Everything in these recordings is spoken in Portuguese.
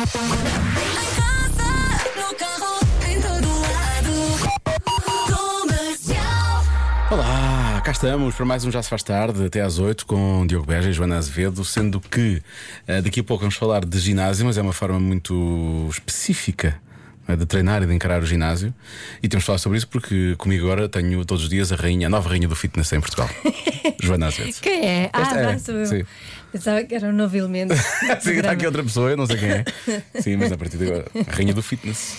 Em casa, no carro, em todo lado. Comercial. Olá, cá estamos para mais um Já Se Faz Tarde, até às 8, com Diogo Beja e Joana Azevedo, sendo que eh, daqui a pouco vamos falar de ginásio, mas é uma forma muito específica não é, de treinar e de encarar o ginásio. E temos de falar sobre isso porque comigo agora tenho todos os dias a rainha, a nova rainha do fitness em Portugal, Joana Azevedo. Quem é? Ah, Esta é, não, sou eu. sim. Pensava que era um novo elemento. do Sim, está programa. aqui outra pessoa, eu não sei quem é. Sim, mas a partir de agora, a rainha do fitness.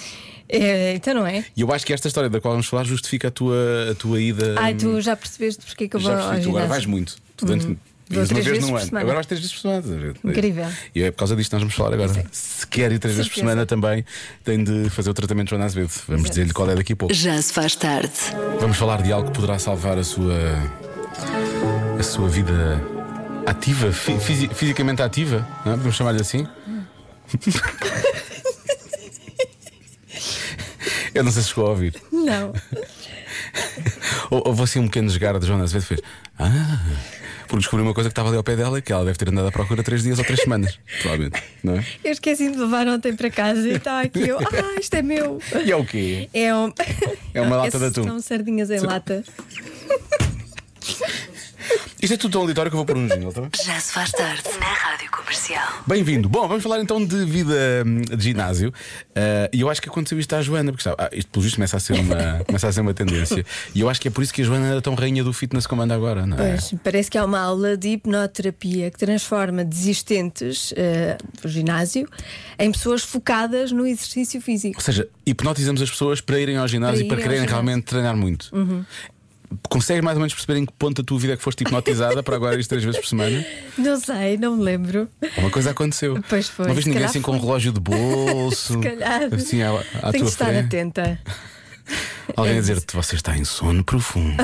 É, então não é? E eu acho que esta história da qual vamos falar justifica a tua, a tua ida. Ai, tu já percebeste porque é que eu vou Hum, Já ao percebi, tu agora ginásio? vais muito. Tu antes Vou ias uma Uhum. vez três vezes no por ano. semana. Agora vais três vezes por semana. Incrível. E é por causa disto que nós vamos falar agora. Se quer ir três vezes por Certeza. semana também, tem de fazer o tratamento de Joana Azevedo. Vamos dizer-lhe qual é daqui a pouco. Já se faz tarde. Vamos falar de algo que poderá salvar a sua. a sua vida ativa, fi- fisi- fisicamente ativa, não é? Podemos chamar-lhe assim? Hum. Eu não sei se chegou a ouvir. Não. Ou- Houve assim um pequeno desgarro de Joana Azevedo fez. Ah, porque descobriu uma coisa que estava ali ao pé dela e que ela deve ter andado à procura três dias ou três semanas, provavelmente, não é? Eu esqueci de levar ontem para casa e está aqui eu. Ah, isto é meu. E é o quê? É, um... É uma lata de atum. São sardinhas em lata. Isto é tudo tão aleatório que eu vou pôr um jingle, tá bem? Já se faz tarde na Rádio Comercial. Bem-vindo. Bom, vamos falar então de vida hum, de ginásio. Ah, E eu acho que aconteceu isto à Joana, porque sabe, ah, isto pelo visto começa a, ser uma, começa a ser uma tendência. E eu acho que é por isso que a Joana era tão rainha do fitness como anda agora, não é? Pois, parece que há uma aula de hipnoterapia que transforma desistentes eh, do ginásio em pessoas focadas no exercício físico. Ou seja, hipnotizamos as pessoas para irem ao ginásio Para e para irem quererem ao ginásio. Uhum. realmente treinar muito. Consegues mais ou menos perceber em que ponto da tua vida é que foste hipnotizada para agora isto três vezes por semana? Não sei, não me lembro. Uma coisa aconteceu. Pois foi, Não viste se ninguém calhar assim com um foi. relógio de bolso. Se calhar. Assim à, à Tenho tua que estar frente. atenta. Alguém a É dizer-te, você está em sono profundo.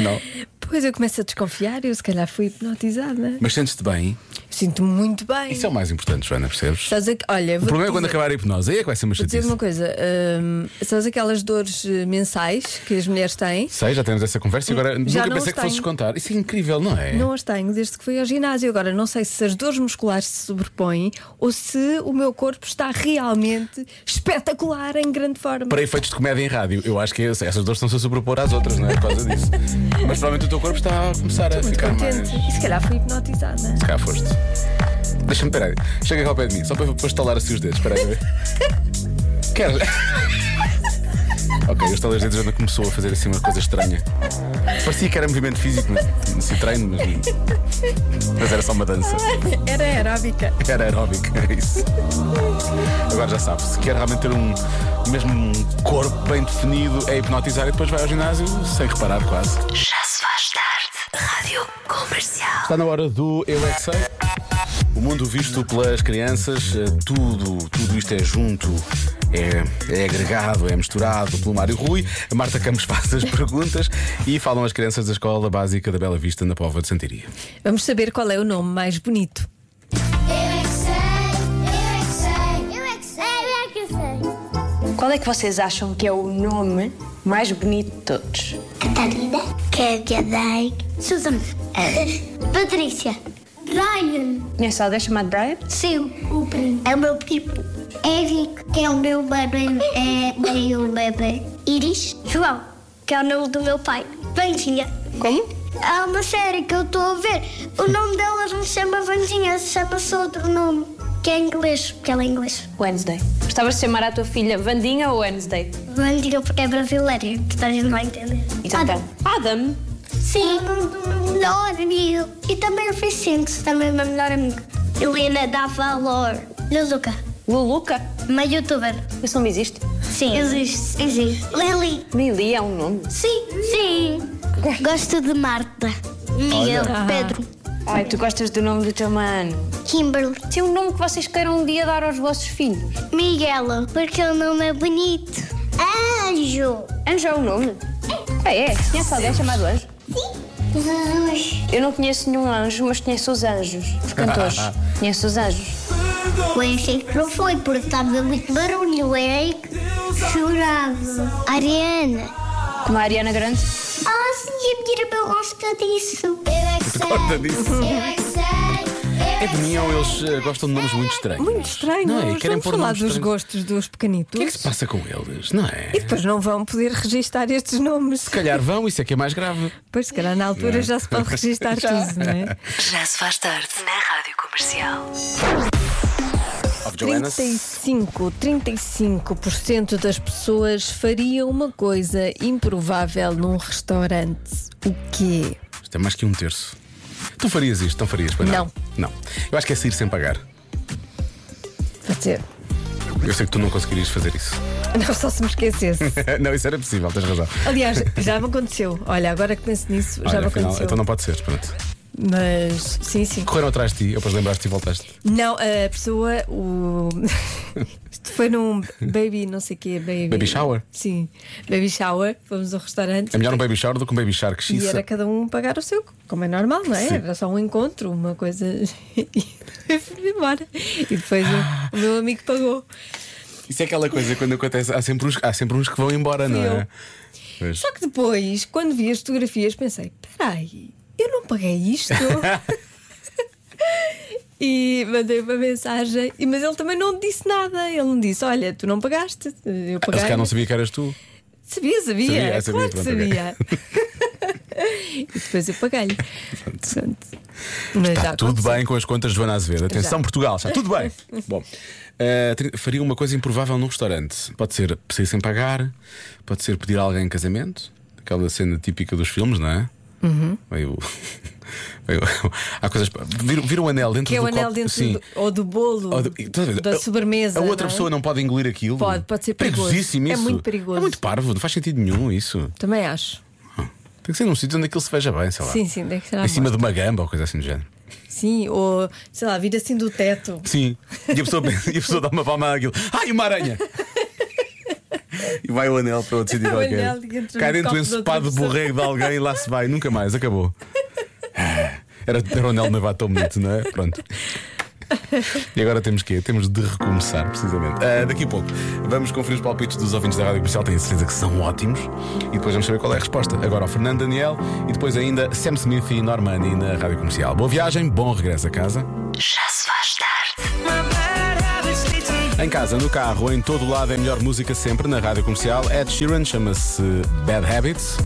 não. Pois eu começo a desconfiar, eu se calhar fui hipnotizada. Mas sentes-te bem. Sinto-me muito bem. Isso é o mais importante, Joana, percebes? Sabes a... Olha, O vou problema é quando acabar a hipnose. Aí é que vai ser uma Vou dizer chatice. uma coisa, hum, sabes aquelas dores eh, mensais que as mulheres têm? Sei, já temos essa conversa e agora nunca Já não pensei os que fosses tenho. contar. Isso é incrível, não é? Não as tenho desde que fui ao ginásio. Agora, não sei se as dores musculares se sobrepõem ou se o meu corpo está realmente espetacular em grande forma. Para efeitos de comédia em rádio, eu acho que essas duas estão-se a sobrepor às outras, não é? Por causa disso. Mas provavelmente o teu corpo está a começar a Muito ficar mais. contente. E se calhar fui hipnotizada. Cá foste. Deixa-me, peraí. Chega cá ao pé de mim, só para para estalar assim os dedos. Peraí. Queres? ok, eu estalei os dedos ainda começou a fazer assim uma coisa estranha. Parecia que era movimento físico, mas se treino, mas, mas era só uma dança. Era aeróbica. Era aeróbico, é isso. Agora já sabe, se quer realmente ter um mesmo um corpo bem definido, é hipnotizar e depois vai ao ginásio sem reparar quase. Já se faz tarde. Rádio Comercial. Está na hora do Eu É Que Sei. O mundo visto pelas crianças, eh, tudo, tudo isto é junto, é, é agregado, é misturado pelo Mário Rui. A Marta Campos faz as perguntas e falam as crianças da Escola Básica da Bela Vista, na Póvoa de Santiria. Vamos saber qual é o nome mais bonito. Eu é que sei, eu é que sei, eu é que sei. Qual é que vocês acham que é o nome mais bonito de todos? Catarina. Kévia Daig. Susan. Patrícia. Brian. Conhece alguém chamado é Brian? Sim, o primo. É o meu primo. Eric, que é o meu bebê, é meio bebê. Iris. João, que é o nome do meu pai. Vandinha. Como? Há uma série que eu estou a ver. O nome dela não se chama Vandinha, se chama-se outro nome. Que é inglês, porque ela é inglês. Wednesday. Gostavas de chamar a tua filha Vandinha ou Wednesday? Vandinha porque é brasileira, então a gente vai entender. Ah, Adam. Então tá. Adam? Sim, melhor amigo. E também o Vicente, também o meu melhor amigo. Helena dá valor. Luluca, Luluca? uma youtuber. Esse nome existe? Sim. Existe. Existe. Lili. Lili é um nome. Sim. Sim. Gosto de Marta. Miguel. Pedro. Ai, tu gostas do nome do teu mano. Kimberly. Se um nome que vocês queiram um dia dar aos vossos filhos. Miguela, porque o nome é bonito. Anjo. Anjo é o nome? Ah, é? Conhece alguém chamado Anjo? Anjo. Eu não conheço nenhum anjo, mas conheço os anjos. Os cantores. conheço os anjos. O Henrique não foi porque estava muito barulho. O Henrique chorava. Ariana. Como a Ariana Grande. Ah, sim, a minha irmã gosta disso. Eu é que sei. Gosta disso. Eu é que sei. É de mim ou eles eh, gostam de nomes muito estranhos? Muito estranho. Não é? Vamos E Querem pôr falar nomes dos estranhos. gostos dos O pequenitos. que é que se passa com eles? Não é? E depois não vão poder registar estes nomes. Se calhar vão, isso é que é mais grave. Pois, se calhar, na altura É. já se pode registar tudo, não é? Já se faz tarde na Rádio Comercial. Of Joannas. 35, 35% das pessoas fariam uma coisa improvável num restaurante. O quê? Isto é mais que um terço. Tu farias isto? Não farias? pois Não. Não. Eu acho que é sair sem pagar. Quer dizer, Eu sei que tu não conseguirias fazer isso. não só se me esquecesse. não, isso era possível, tens razão. Aliás, já me aconteceu. Olha, agora que penso nisso, Ah, já Olha, me afinal, aconteceu. então não pode ser, pronto. Mas, sim, sim. Correram atrás de ti, eu depois lembraste e voltaste. Não, a pessoa, o. Isto foi num baby, não sei o quê, baby. Baby shower? Sim, baby shower. Fomos ao restaurante. É melhor um baby shower do que um baby shark E X. era cada um pagar o seu, como é normal, não é? Sim. Era só um encontro, uma coisa. e fui embora. E depois Ah. o, o meu amigo pagou. Isso é aquela coisa quando acontece, há sempre uns, há sempre uns que vão embora, não é? eu. Pois. Só que depois, quando vi as fotografias, pensei: peraí, eu não paguei isto. E mandei uma mensagem, e- mas ele também não me disse nada. Ele me disse: Olha, tu não pagaste, eu Ele Ah, se paguei. calhar não sabia que eras tu. Sabia, sabia. Sabia, ah, sabia, claro que pronto, ok. sabia. e depois eu paguei-lhe. Portanto, mas Está já Tá tudo aconteceu. bem com as contas de Joana Azevedo. Atenção, Já. Portugal, está tudo bem. Bom, eh, tri- faria uma coisa improvável num restaurante. Pode ser sair sem pagar, pode ser pedir a alguém em casamento, aquela cena típica dos filmes, não é? Uhum. Veio. veio- há coisas. Vir, vir um anel dentro Que é do o anel copo, dentro sim. do, ou do bolo, Ou do- e- estás a ver? da A- sobremesa. A outra não é? pessoa não pode engolir aquilo. Pode, pode ser perigoso. Perigosíssimo É isso. muito perigoso. É muito parvo, não faz sentido nenhum isso. Também acho. Tem que ser num sítio onde aquilo se veja bem, sei lá. Sim, sim, deve ser à Em cima de uma gamba ou coisa assim do género. Sim, ou sei lá, vir assim do teto. Sim. E a pessoa, e a pessoa dá uma palma àquilo. Ai, uma aranha! E vai o anel para outro sítio O qualquer. anel que entra Cai dentro no copo do de outra ensopado pessoa. borrego de alguém e lá se vai. Nunca mais, acabou. Ah, Era, era o anel de noivado tão bonito, não é? Pronto. E agora temos que Temos de recomeçar, precisamente. Ah, daqui a pouco vamos conferir os palpites dos ouvintes da Rádio Comercial, tenho certeza que são ótimos. E depois vamos saber qual é a resposta. Agora o Fernando Daniel e depois ainda Sam Smith e Normani na Rádio Comercial. Boa viagem, bom regresso a casa. Já se faz tarde. Em casa, no carro, em todo lado é a melhor música sempre na rádio comercial. Ed Sheeran chama-se Bad Habits.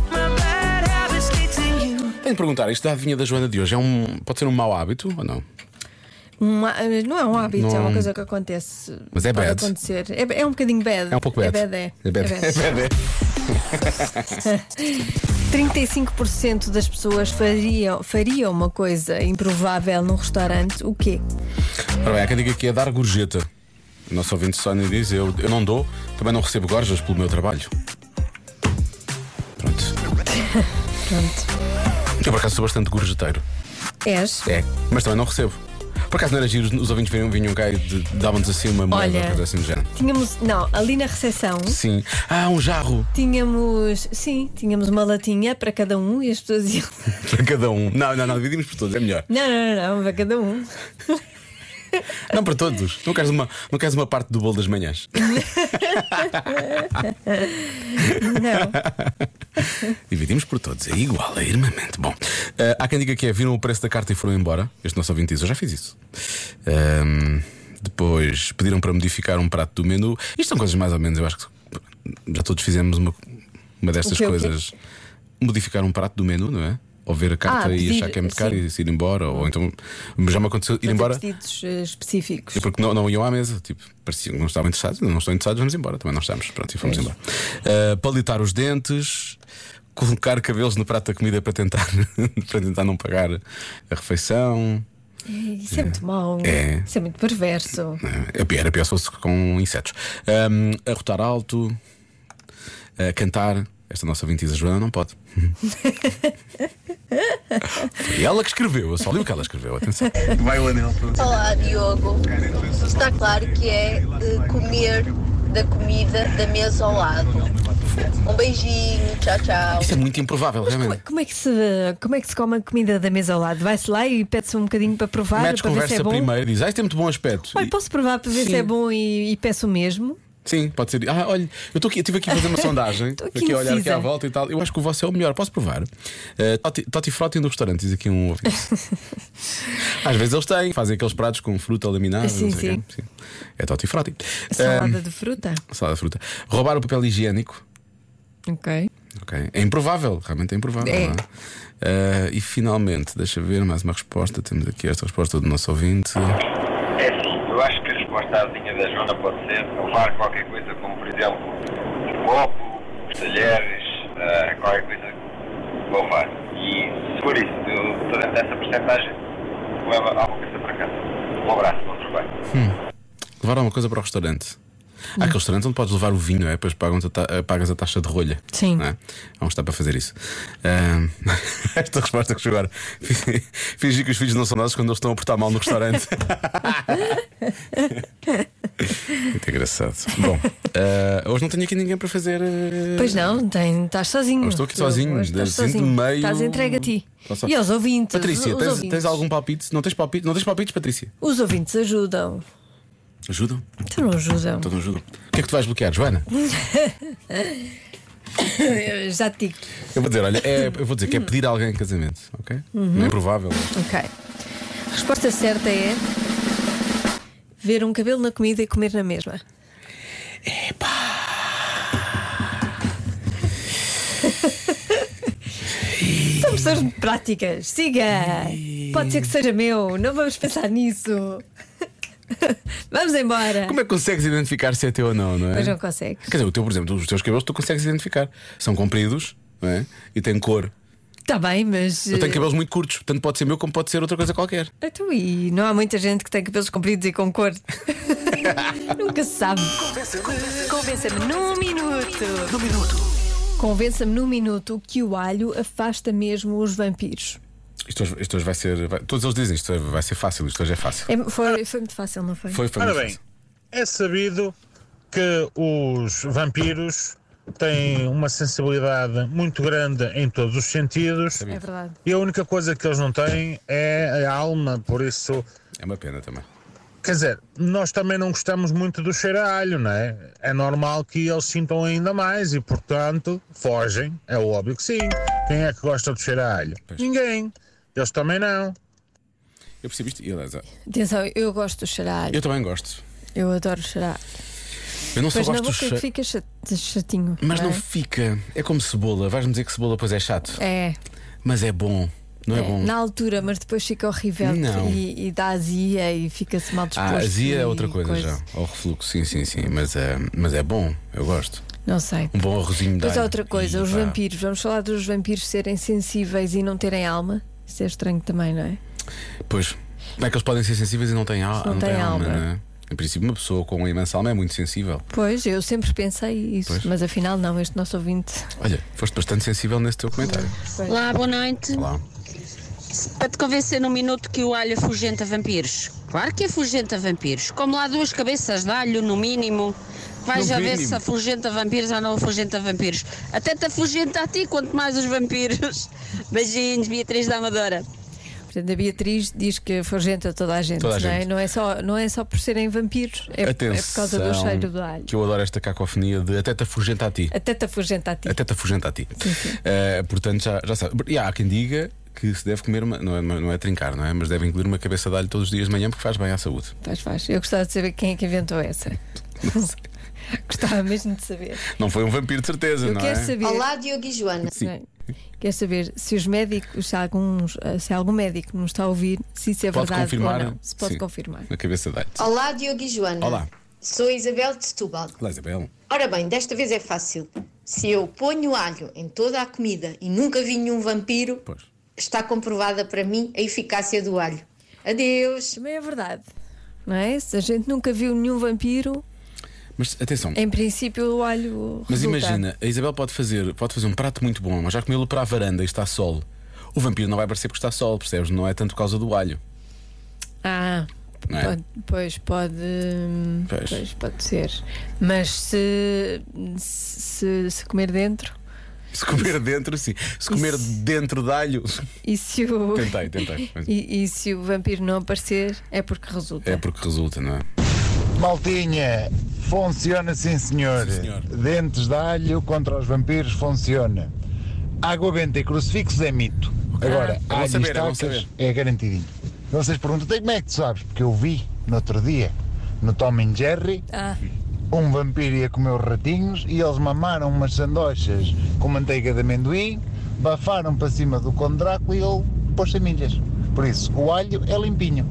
Tenho de perguntar, isto da adivinha da Joana de hoje é um, pode ser um mau hábito ou não? Uma- não é um hábito, Não- é uma coisa que acontece. Mas é pode bad. acontecer. É, é um bocadinho bad. É um pouco bad. É bad, é. É bad. É bad. É bad, é. 35% das pessoas fariam, fariam uma coisa improvável num restaurante. O quê? Ora bem, há quem diga que é dar gorjeta. O nosso ouvinte Sónia diz: eu, eu não dou, também não recebo gorjas pelo meu trabalho. Pronto. Pronto. Eu por acaso sou bastante gorjeteiro. És? É. Mas também não recebo. Por acaso não era giro, os ouvintes vinham, vinham cá e de- davam-nos assim uma moeda, uma Olha. coisa assim do género. Tínhamos. Não, ali na recepção. Sim. Ah, um jarro Tínhamos, sim, tínhamos uma latinha para cada um e as pessoas iam. para cada um. Não, não, não, dividimos por todos, é melhor. Não, não, não, não, para cada um. Não para todos. Não queres uma, não queres uma parte do bolo das manhãs. Não. Dividimos por todos. É igual, é irmamente. Bom, eh, há quem diga que é, viram o preço da carta e foram embora. Este nosso ouvinte diz, eu já fiz isso. Ahm, depois pediram para modificar um prato do menu. Isto são coisas mais ou menos, eu acho que já todos fizemos uma, uma destas O quê, o quê? coisas. Modificar um prato do menu, não é? Ou ver a carta Ah, e pedir, achar que é muito caro sim. e se ir embora. Ou então, já me aconteceu ir Fazer embora. pedidos eh, específicos. É porque não, não iam à mesa, tipo, pareciam que não estavam interessados, não estão interessados, vamos embora, também não estamos, pronto, e É fomos embora. Ah, palitar os dentes, colocar cabelos no prato da comida para tentar, para tentar não pagar a refeição. Isso é muito mau. É. Isso é muito perverso. né? É pior, é pior se fosse com insetos. Ahm, arrotar alto, ah, cantar. Esta nossa vintiza Joana não pode. Foi ela que escreveu, eu só li o que ela escreveu, atenção. Olá, Diogo. Está claro que é eh, comer da comida da mesa ao lado. Um beijinho, tchau, tchau. Isso é muito improvável, Como, realmente. é- como é que se, como é que se come a comida da mesa ao lado? Vai-se lá e pede-se um bocadinho para provar, Metes para ver se conversa é bom. primeiro, diz, ah, isto tem muito bom aspecto. Olha, posso provar para ver se é bom e, e peço o mesmo? Sim, pode ser. Ah, olha, eu estou aqui, estive aqui a fazer uma sondagem, Estou aqui a olhar aqui à indecisa. volta e tal. Eu acho que o vosso é o melhor, posso provar. Eh, Toti Toti Frotti do restaurante, diz aqui um ouvinte. Às vezes eles têm, fazem aqueles pratos com fruta laminada, Sim, não sei sim. quê. Sim. É Toti Frotti. Salada de fruta? Eh, salada de fruta. Roubar o papel higiênico. Ok. Ok. É improvável, realmente é improvável. É. não é? Eh, e finalmente, deixa ver mais uma resposta. Temos aqui esta resposta do nosso ouvinte. É assim, eu acho que a resposta à linha da Joana pode ser levar qualquer coisa como, por exemplo, um copo, os talheres, ah, qualquer coisa que vou levar. E se for isso, eu- toda essa porcentagem leva alguma coisa para casa. Um abraço, bom trabalho. Levar alguma coisa para o restaurante. Há aquele restaurante onde podes levar o vinho, é? depois pagam pagas a taxa de rolha. Sim. não é? Há um está para fazer isso. Ahm, esta resposta que chegou agora. Fingir que os filhos não são nossos quando eles estão a portar mal no restaurante. Muito engraçado. Bom, ah, hoje não tenho aqui ninguém para fazer. ah, Pois não, tem, estás sozinho. Eu estou aqui sozinho, eh, Hoje estás sinto-me sozinho. meio- Estás entregue a ti. Estou só- E aos ouvintes. Patrícia, os tens, ouvintes. tens algum palpite? Não tens palpite? Não tens palpites, Patrícia? Os ouvintes ajudam. Ajudam? Tu não ajudam. Então não ajudam. O que é que tu vais bloquear, Joana? Eu Já te digo. Eu vou dizer, olha, é- eu vou dizer que é pedir a alguém em casamento, ok? Não é provável. Ok. Resposta certa é. Ver um cabelo na comida e comer na mesma. Epá! São pessoas muito práticas. Siga! Pode ser que seja meu, não vamos pensar nisso. Vamos embora. Como é que consegues identificar se é teu ou não, não é? Mas não consegues. Quer dizer, o teu, por exemplo, os teus cabelos tu consegues identificar. São compridos, não é? E têm cor. Está Tá bem, mas. Eu tenho cabelos muito curtos, portanto pode ser meu como pode ser outra coisa qualquer. eh, então, e não há muita gente que tem cabelos compridos e com cor. Nunca se sabe. Convença-me num minuto. Num minuto. Convença-me num minuto que o alho afasta mesmo os vampiros. Isto hoje, isto hoje vai ser. vai- todos eles dizem isto hoje vai ser fácil, isto hoje é fácil. É, foi, foi muito fácil, não foi? Foi, foi Ora muito bem, fácil. é sabido que os vampiros têm uma sensibilidade muito grande em todos os sentidos É verdade. e a única coisa que eles não têm é a alma, por isso. É uma pena também. Quer dizer, nós também não gostamos muito do cheiro a alho, não é? É normal que eles sintam ainda mais e, portanto, fogem. É óbvio que sim. Quem é que gosta do cheiro a alho? Ninguém. Eles também não. Eu percebi isto. e, aliás, Atenção, eu gosto do charalho. Eu também gosto. Eu adoro charalho. Eu não só Mas na gosto do boca é cheiro. fica chate- chatinho. Mas não é? fica. É como cebola. Vais-me dizer que cebola pois é chato. É, Mas é bom. Não é, é, bom. na altura, mas depois fica horrível Não. e, e dá azia e fica-se mal disposto. Ah, azia e é outra coisa, já. Ou refluxo, sim, sim, sim. Mas é, mas é bom, eu gosto. Não sei. Um bom arrozinho de Pois alho. há é outra coisa, E, os pá, vampiros. Vamos falar dos vampiros serem sensíveis e não terem alma. Isso é estranho também, não é? Pois, como é que eles podem ser sensíveis e não têm, al não não têm têm alma, alma. não é? Em princípio, uma pessoa com uma imensa alma é muito sensível. Pois, eu sempre pensei isso, Pois. mas afinal não, este nosso ouvinte. Olha, foste bastante sensível nesse teu comentário. Olá, boa noite. Olá. Para te convencer num minuto que o alho é fugente a vampiros. Claro que é fugente a vampiros. Como lá duas cabeças de alho, no mínimo. Vais No já ver mínimo. se afugenta vampiros ou não afugenta vampiros. Até te afugenta a ti, quanto mais os vampiros. Beijinhos, Beatriz da Amadora. Portanto, a Beatriz diz que afugenta toda a gente, Toda a não, é? gente. Não, é só, não é só por serem vampiros, é, é por causa do cheiro do alho. Que eu adoro esta cacofonia de até te afugenta a ti. Até te afugenta a ti. Até te afugenta a ti. Eh, portanto, já, já sabe. E há quem diga que se deve comer uma. Não é, não é trincar, não é? Mas deve incluir uma cabeça de alho todos os dias de manhã porque faz bem à saúde. Faz, faz. Eu gostava de saber quem é que inventou essa. gostava mesmo de saber. Não foi um vampiro, de certeza, Eu não quero é? saber. Olá, Diogo e Joana. Sim. não é? Quer saber se os médicos, se, alguns, se algum médico nos está a ouvir, se isso é Pode verdade confirmar. ou não. Se pode Sim. confirmar. Uma cabeça de alho. Olá, Diogo e Joana. Olá. Sou a Isabel de Setúbal. Olá, Isabel. Ora bem, desta vez é fácil. Se eu ponho alho em toda a comida e nunca vi nenhum vampiro, Pois. está comprovada para mim a eficácia do alho. Adeus. Também é verdade. Não é? Se a gente nunca viu nenhum vampiro, Mas atenção. em princípio o alho. Mas resulta. imagina, a Isabel pode fazer, pode fazer um prato muito bom, mas já comeu-lo para a varanda e está sol. O vampiro não vai aparecer porque está sol, percebes? Não é tanto por causa do alho. Ah, Não é? pode- pois pode. Pois. Pois. pode ser. Mas se, se, se comer dentro Se comer dentro, sim. Se comer Isso. dentro de alho. e se o. Tentei, tentei. E, e se o vampiro não aparecer, é porque resulta. É porque resulta, não é? Maltinha, Funciona sim senhor. Dentes de alho contra os vampiros funciona. Água benta e crucifixos é mito. Ok. Agora, Eu vou alho saber, e eu vou estacas saber. é garantidinho. Vocês perguntam, "Então, como é que tu sabes? Porque eu vi no outro dia, no Tom and Jerry, Ah. um vampiro ia comer os ratinhos e eles mamaram umas sandochas com manteiga de amendoim, bafaram para cima do Conde Drácula e ele pôs semilhas. Por isso, o alho é limpinho.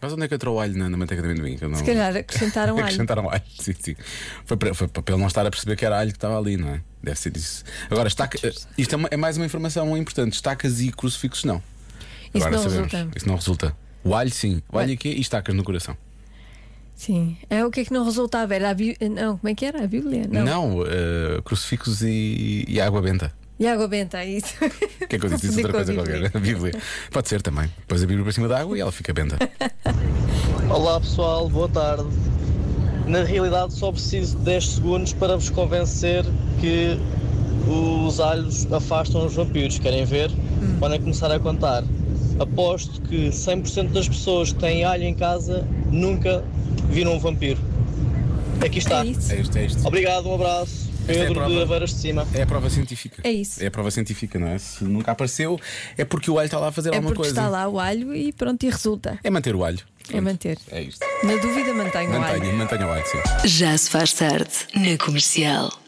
Mas onde é que entrou o alho na, na manteiga de amendoim? Que eu não- Se calhar acrescentaram alho. Acrescentaram alho, sim, sim. Foi para, foi para ele não estar a perceber que era alho que estava ali, não é? Deve ser isso. Agora, estaca, isto é, uma- é mais uma informação importante. Estacas e crucifixos, não. Isso não resulta. Isso não resulta. O alho, sim. O alho aqui e estacas no coração. Sim. É o que é que não resultava? Era a Bíblia. Não, como é que era? A Bíblia? Não. Não, eh, crucifixos e, e água benta. E a água benta, é isso. tipo O que é que eu disse? Disse Confundi outra com a coisa qualquer. A Bíblia. Pode ser também. Pôs a Bíblia para cima da água e ela fica benta. Olá pessoal, boa tarde. Na realidade só preciso de 10 segundos para vos convencer que os alhos afastam os vampiros. Querem ver? Podem começar a contar. Aposto que 100% das pessoas que têm alho em casa nunca viram um vampiro. Aqui está. É isto, é isto. Obrigado, um abraço. Esta é a Pedro de prova. Aveiras de Cima. É a prova científica. É isso. É a prova científica, não é? Se nunca apareceu, é porque o alho está lá a fazer É alguma porque coisa. está lá o alho e pronto, e resulta. É manter o alho. É manter. É isto. Na dúvida, mantenha o alho. Mantenha, mantenha o alho, sim. Já se faz tarde na comercial.